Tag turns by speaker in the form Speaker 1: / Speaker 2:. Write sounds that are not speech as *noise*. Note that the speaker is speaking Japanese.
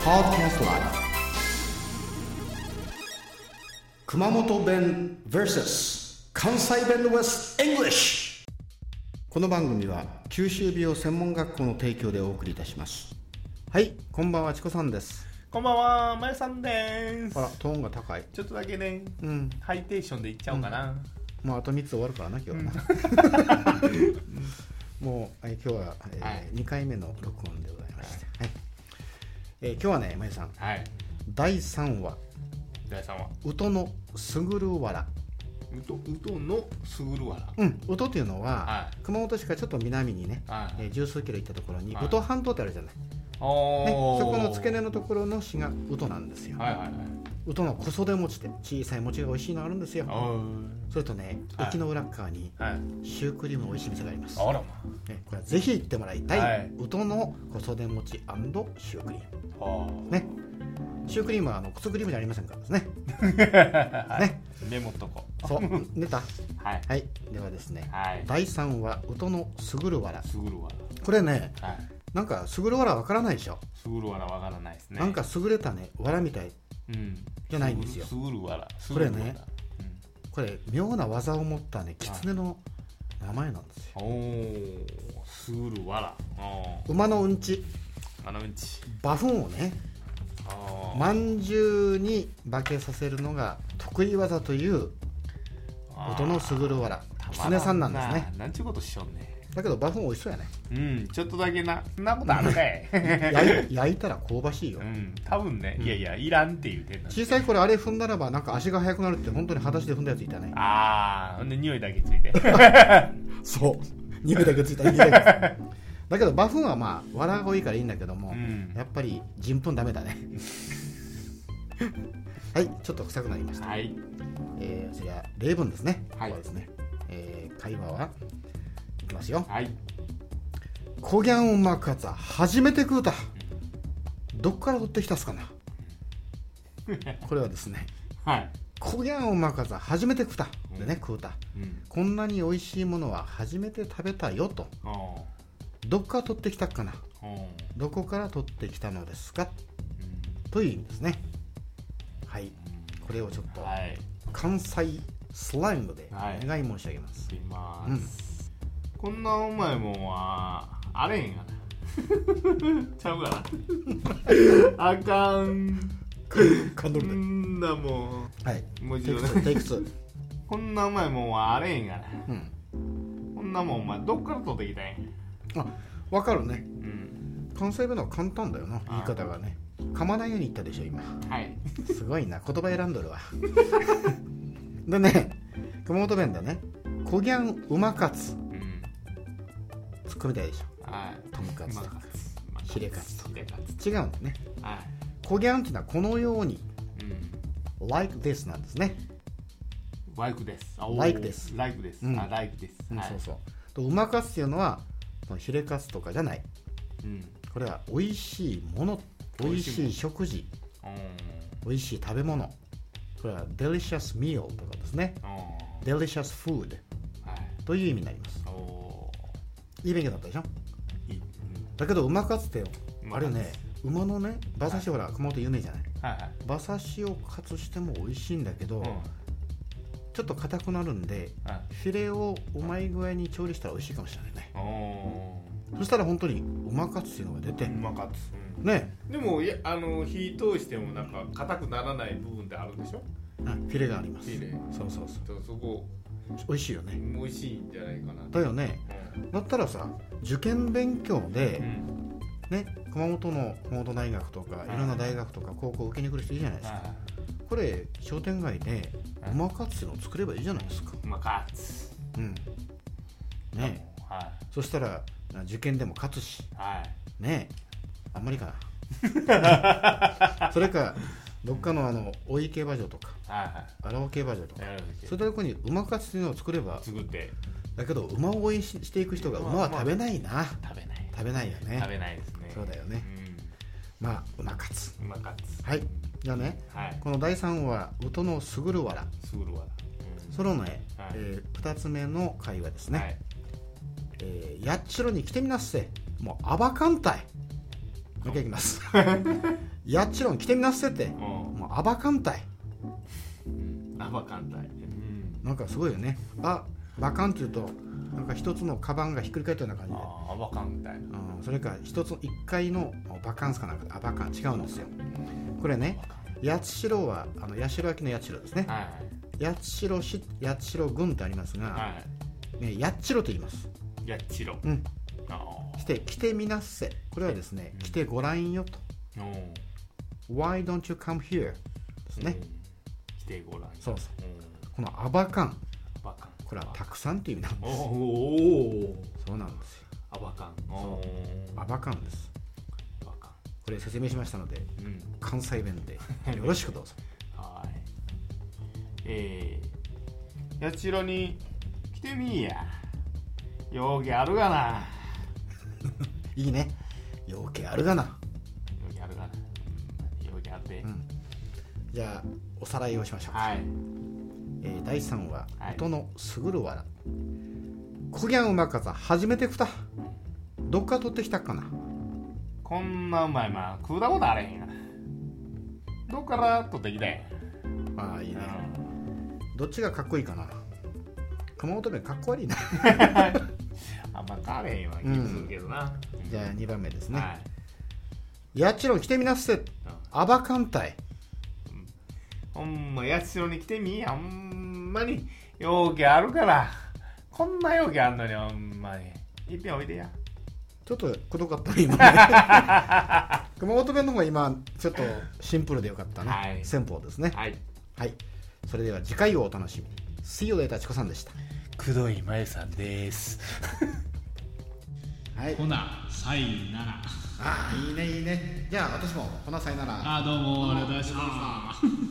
Speaker 1: Podcast Live 熊本弁 vs 関西弁 vs English この番組は九州美容専門学校の提供でお送りいたしますはいこんばんはチコさんです
Speaker 2: こんばんは、まゆさんです
Speaker 1: あ。らトーンが高い
Speaker 2: ちょっとだけね、
Speaker 1: うん
Speaker 2: ハイテンションでいっちゃおうかな。
Speaker 1: もうあと3つ終わるからな今日はな、 *laughs* もう、えー今日は、え
Speaker 2: はい
Speaker 1: 2回目の録音でございまして、はいえー今日はねまゆさん
Speaker 2: はい。
Speaker 1: 第3話
Speaker 2: 第3話。
Speaker 1: 宇都のすぐるわら
Speaker 2: うと、うとのすぐるわら。
Speaker 1: うん、宇土というのは、
Speaker 2: は
Speaker 1: 熊本市からちょっと南にね、
Speaker 2: は
Speaker 1: え
Speaker 2: い
Speaker 1: ー十数キロ行ったところに、
Speaker 2: はい
Speaker 1: 宇土半島ってあるじゃない、ね、
Speaker 2: お
Speaker 1: そこの
Speaker 2: 付
Speaker 1: 付け根のところの市が宇土なんですよ、
Speaker 2: はいはいはい。
Speaker 1: 宇土の小袖餅って小さい餅が美味しいのあるんですよ
Speaker 2: お
Speaker 1: それとね
Speaker 2: はい
Speaker 1: 駅の裏っ側に
Speaker 2: ー。はい。
Speaker 1: シュークリームの美味しい店があります、
Speaker 2: あらま
Speaker 1: ね、これはぜひ行ってもらいたい、
Speaker 2: はい
Speaker 1: 宇土の小袖餅シュークリーム
Speaker 2: あ。は
Speaker 1: ねシュークリームはあの靴クリームじゃありませんからですね
Speaker 2: あ。
Speaker 1: ね。
Speaker 2: *laughs* メモっとこう。
Speaker 1: そう出た
Speaker 2: はい。
Speaker 1: はいではですね
Speaker 2: はい。
Speaker 1: 第3話宇土のすぐるわら
Speaker 2: すぐるわ
Speaker 1: これね
Speaker 2: ら。はい。
Speaker 1: なんかすぐるわらわからないでしょ
Speaker 2: すぐるわらわからないですね。
Speaker 1: なんか、優れたね藁みたい
Speaker 2: うん。
Speaker 1: じゃないんですよ
Speaker 2: すぐるわら。
Speaker 1: これね
Speaker 2: すぐるわら。うん
Speaker 1: これ妙な技を持ったね狐の名前なんですよ
Speaker 2: おー、すぐるわら。あ
Speaker 1: 馬のうんち
Speaker 2: ー。あのうんち。
Speaker 1: 馬糞をね
Speaker 2: あー。
Speaker 1: まんじゅうに化けさせるのが得意技という音の優るわら狐さんなんですね。
Speaker 2: なんちゅうことしようね。
Speaker 1: だけど馬糞美味しそうや *laughs* ね
Speaker 2: うん、ちょっとだけな、そんなことあるかい。
Speaker 1: 焼い焼いたら香ばしいよ
Speaker 2: うん、多分ね、
Speaker 1: うん
Speaker 2: いやいや、いらんって言うてんの。
Speaker 1: 小さい頃あれ踏んだらばなんか足が速くなるって本当に裸足で踏んだやついたね
Speaker 2: あー、ほんで匂いだけついて。
Speaker 1: そう *laughs* 匂いだけついた匂いだけついただけど馬糞はまあ藁が多いからいいんだけども、
Speaker 2: うん
Speaker 1: やっぱり人糞ダメだね *laughs* はいちょっと臭くなりました、
Speaker 2: はい。
Speaker 1: えーそれは例文ですね、
Speaker 2: はい
Speaker 1: ここですね、えー会話はいきますよ
Speaker 2: はい。
Speaker 1: 「こぎゃんを巻くやつは初めて食うた」どっから取ってきたっすか
Speaker 2: *laughs*
Speaker 1: なこれはですね
Speaker 2: はい。
Speaker 1: 「こぎゃんを巻くやつは初めて食うた」でね食うた
Speaker 2: うん。
Speaker 1: こんなに美味しいものは初めて食べたよと
Speaker 2: あー
Speaker 1: どっから取ってきたっかな
Speaker 2: あー
Speaker 1: どこから取ってきたのですか
Speaker 2: う
Speaker 1: という意味ですねはいこれをちょっ
Speaker 2: ん
Speaker 1: と
Speaker 2: はい。
Speaker 1: 関西スライムで
Speaker 2: はい
Speaker 1: お願い申し上げ
Speaker 2: *laughs*
Speaker 1: ます、
Speaker 2: すいます。こんなうまいもんは、あれへんがな。ちゃうかな。あかん。
Speaker 1: 感
Speaker 2: こんなもん。
Speaker 1: はい
Speaker 2: もう一
Speaker 1: テイ
Speaker 2: 度
Speaker 1: ク
Speaker 2: ね
Speaker 1: 2テイク2
Speaker 2: こんなうまいもんはあれへんがな。 *laughs*
Speaker 1: うん
Speaker 2: こんなもんお前どっから取ってきたん
Speaker 1: あ
Speaker 2: や。
Speaker 1: 分かるね
Speaker 2: うん。
Speaker 1: 関西弁のは簡単だよな言い方がね噛まないように言ったでしょ今
Speaker 2: はい。
Speaker 1: すごいな言葉選んど
Speaker 2: *laughs*
Speaker 1: るわでね熊本弁だね「こぎゃんうまかつ
Speaker 2: うん。」
Speaker 1: ツッコみたいでし
Speaker 2: はい。
Speaker 1: とんかつとか
Speaker 2: まあ
Speaker 1: ヒレカツと
Speaker 2: ヒレカツ。
Speaker 1: ょ違うんだね
Speaker 2: は
Speaker 1: 「こぎゃん」っていうのはこのように
Speaker 2: い。う
Speaker 1: 「
Speaker 2: ん。
Speaker 1: like this」なんですね
Speaker 2: ライクです。
Speaker 1: Like です
Speaker 2: ライクです。
Speaker 1: うん
Speaker 2: あ、ライクです。
Speaker 1: うん
Speaker 2: はい
Speaker 1: そうそうとうまかつっていうのはそのヒレカツとかじゃない
Speaker 2: うん。うん。
Speaker 1: これは美味しいもの美味しい食事美味しい食べ物これは delicious meal とかですね
Speaker 2: うん。は
Speaker 1: delicious food という意味になります
Speaker 2: い。お
Speaker 1: いい勉強だったでしょ
Speaker 2: ー。いい。
Speaker 1: だけど馬かつって
Speaker 2: うん
Speaker 1: あれね。馬のね馬刺しほら熊本有名じゃない
Speaker 2: はいはい。
Speaker 1: 馬刺しをカツしても美味しいんだけど、
Speaker 2: うん。
Speaker 1: ちょっと硬くなるんで
Speaker 2: は
Speaker 1: フィレをうまい具合に調理したら美味しいかもしれないね
Speaker 2: い。お
Speaker 1: そしたら本当に馬かつっていうのが出て
Speaker 2: ー。うまかつ。うん
Speaker 1: ね
Speaker 2: でも、いや、あの、火通しても、なんか、硬くならない部分ってあるでしょ
Speaker 1: うんフィレがあります
Speaker 2: ヒレ。
Speaker 1: そうそうそう
Speaker 2: ちょっとそこ、
Speaker 1: 美味しいよね
Speaker 2: 美味しいんじゃないかな。
Speaker 1: だよねだったらさ受験勉強で、
Speaker 2: うん。
Speaker 1: ね、熊本の熊本大学とかいろんな大学とか高校受けに来る人いいじゃないですか
Speaker 2: あ
Speaker 1: これ商店街で
Speaker 2: はいう
Speaker 1: まかつのを作ればいいじゃないですか
Speaker 2: あまあ、カツ。
Speaker 1: うんね
Speaker 2: は
Speaker 1: そしたらあ受験でも勝つし
Speaker 2: い。はい。
Speaker 1: ねあんまりか *laughs* なそれかどっかのあの大井競馬場とか
Speaker 2: は
Speaker 1: 荒尾競馬場と
Speaker 2: い。
Speaker 1: か
Speaker 2: やるんです
Speaker 1: そうい
Speaker 2: よ
Speaker 1: うとこに馬かつというのを作れば
Speaker 2: 作って
Speaker 1: だけど馬を応援ししていく人が馬は食べないな
Speaker 2: 食べない。
Speaker 1: 食べないよ
Speaker 2: 食
Speaker 1: ね
Speaker 2: べないですね。
Speaker 1: そうだよねまあ馬かつ
Speaker 2: うん。うまかつ。
Speaker 1: はいじゃあね
Speaker 2: はい。
Speaker 1: この第3話「音のすぐるわら
Speaker 2: すぐるわ」
Speaker 1: そのね、
Speaker 2: はい
Speaker 1: え2つ目の会話です
Speaker 2: うん。
Speaker 1: ね、
Speaker 2: はい。
Speaker 1: えーやっちろに来てみなっせもうアバカンタイう一回いきます
Speaker 2: *laughs*
Speaker 1: やっちろん来てみなっせって
Speaker 2: う
Speaker 1: もうアバ艦隊
Speaker 2: んアバ艦隊うん
Speaker 1: なんかすごいよねあバカンっていうとなんか一つのカバンがひっくり返ったような感じで
Speaker 2: あーアバ艦隊
Speaker 1: うん、それか一つ一階のバカンスかなんかであバカン違うんですよこれね八代はあの八代焼きの八代ですね
Speaker 2: はい
Speaker 1: 八代市八代郡ってありますが、
Speaker 2: は
Speaker 1: ね、八代と言います
Speaker 2: いやっちろ
Speaker 1: うん
Speaker 2: あ
Speaker 1: そして来てみなっせこれはですね来てごらんよと
Speaker 2: ーうん
Speaker 1: Why don't you come here ですね、
Speaker 2: うん来てごらん
Speaker 1: そうそ
Speaker 2: うん
Speaker 1: このアバカン
Speaker 2: アバ艦
Speaker 1: これはたくさんっていう意味なん
Speaker 2: お
Speaker 1: で
Speaker 2: ー
Speaker 1: す
Speaker 2: おー
Speaker 1: そうなんですよ
Speaker 2: アバ艦おー
Speaker 1: アバカンです
Speaker 2: アバ艦
Speaker 1: これ説明しましたので
Speaker 2: うん
Speaker 1: 関西弁でよろしくどうぞ
Speaker 2: はい。えー、八代に来てみいや。容疑あるがな。
Speaker 1: いいね余計あるがな
Speaker 2: 容疑あるがな。うん容疑あって。
Speaker 1: うんじゃあおさらいをしましょうか、
Speaker 2: はい。
Speaker 1: えー第3話
Speaker 2: はい
Speaker 1: 音のすぐるわらこぎゃんうまかさ初めてくたどっから取ってきたっかな
Speaker 2: こんなうまいまん食うたことあれへんがな。どっから取ってきたんや。
Speaker 1: ああいいね
Speaker 2: うん
Speaker 1: どっちがかっこいいかな熊本弁かっこ悪いな
Speaker 2: あんま変われへんような気がするけどな。うん
Speaker 1: じゃあ2番目ですね、
Speaker 2: はい。
Speaker 1: やっちろん来てみなっせアバ艦隊
Speaker 2: ほんま、八代に来てみいや。ほんまに、容疑あるから。こんな容疑あんのに、ほんまに。いっぺんおいでや。
Speaker 1: ちょっとくどかったね今ね
Speaker 2: *laughs*
Speaker 1: 熊本弁の方が今ちょっとシンプルでよかったね、
Speaker 2: はい
Speaker 1: 戦法ですね
Speaker 2: はい。
Speaker 1: はいそれでは次回をお楽しみに水曜でたちこさんでした
Speaker 2: くどいまゆさんです。
Speaker 1: はい
Speaker 3: ほな、サインなら。
Speaker 1: ああいいねいいねじゃあ私もこの際なら
Speaker 3: あ、どうも、ありがとうございました。